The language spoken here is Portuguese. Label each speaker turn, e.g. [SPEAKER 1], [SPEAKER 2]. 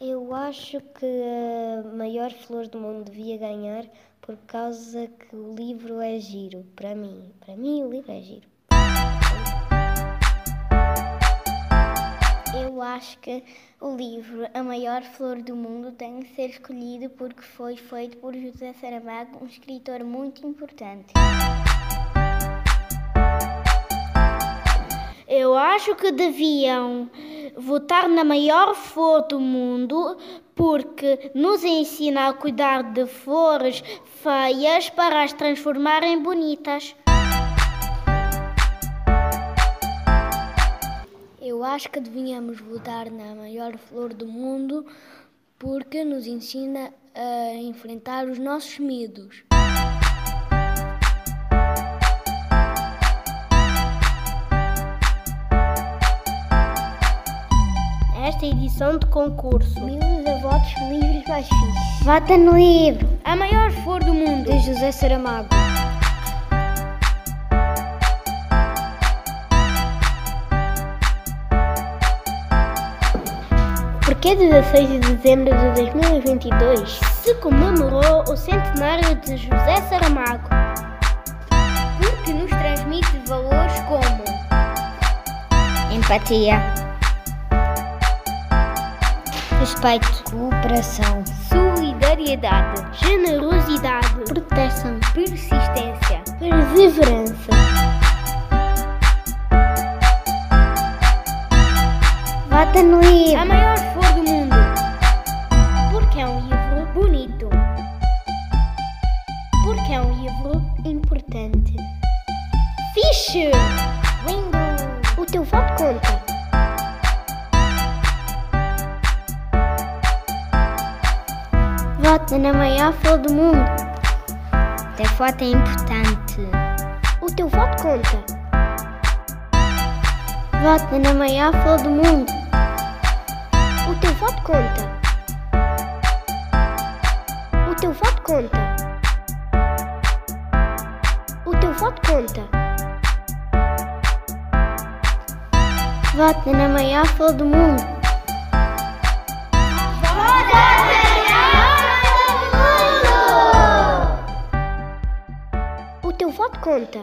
[SPEAKER 1] Eu acho que a maior flor do mundo devia ganhar por causa que o livro é giro, para mim. Para mim, o livro é giro.
[SPEAKER 2] Eu acho que o livro A Maior Flor do Mundo tem que ser escolhido porque foi feito por José Saramago, um escritor muito importante.
[SPEAKER 3] Eu acho que deviam votar na maior flor do mundo porque nos ensina a cuidar de flores feias para as transformar em bonitas.
[SPEAKER 4] Eu acho que devíamos votar na maior flor do mundo porque nos ensina a enfrentar os nossos medos.
[SPEAKER 1] é
[SPEAKER 3] esta edição de concurso.
[SPEAKER 2] Livros a votos livres mais fixos.
[SPEAKER 1] Vota no livro
[SPEAKER 3] A Maior Flor do Mundo,
[SPEAKER 1] de José Saramago.
[SPEAKER 2] Porquê 16 de dezembro de 2022
[SPEAKER 3] se comemorou o centenário de José Saramago? Porque nos transmite valores como
[SPEAKER 1] Empatia. Respeito, cooperação,
[SPEAKER 3] solidariedade, generosidade,
[SPEAKER 1] proteção,
[SPEAKER 3] persistência.
[SPEAKER 1] perseverança. Vota no
[SPEAKER 3] A
[SPEAKER 1] livro.
[SPEAKER 3] maior flor do mundo. Porque é um livro bonito. Porque é um livro importante. Fixe!
[SPEAKER 1] Lindo. O teu voto conta.
[SPEAKER 2] Vota na maior flor do mundo.
[SPEAKER 1] O teu voto é importante.
[SPEAKER 2] O teu voto conta. Vota na maior flor do mundo. O teu voto conta. O teu voto conta. O teu voto conta. Vota na maior flor do mundo. O teu voto conta.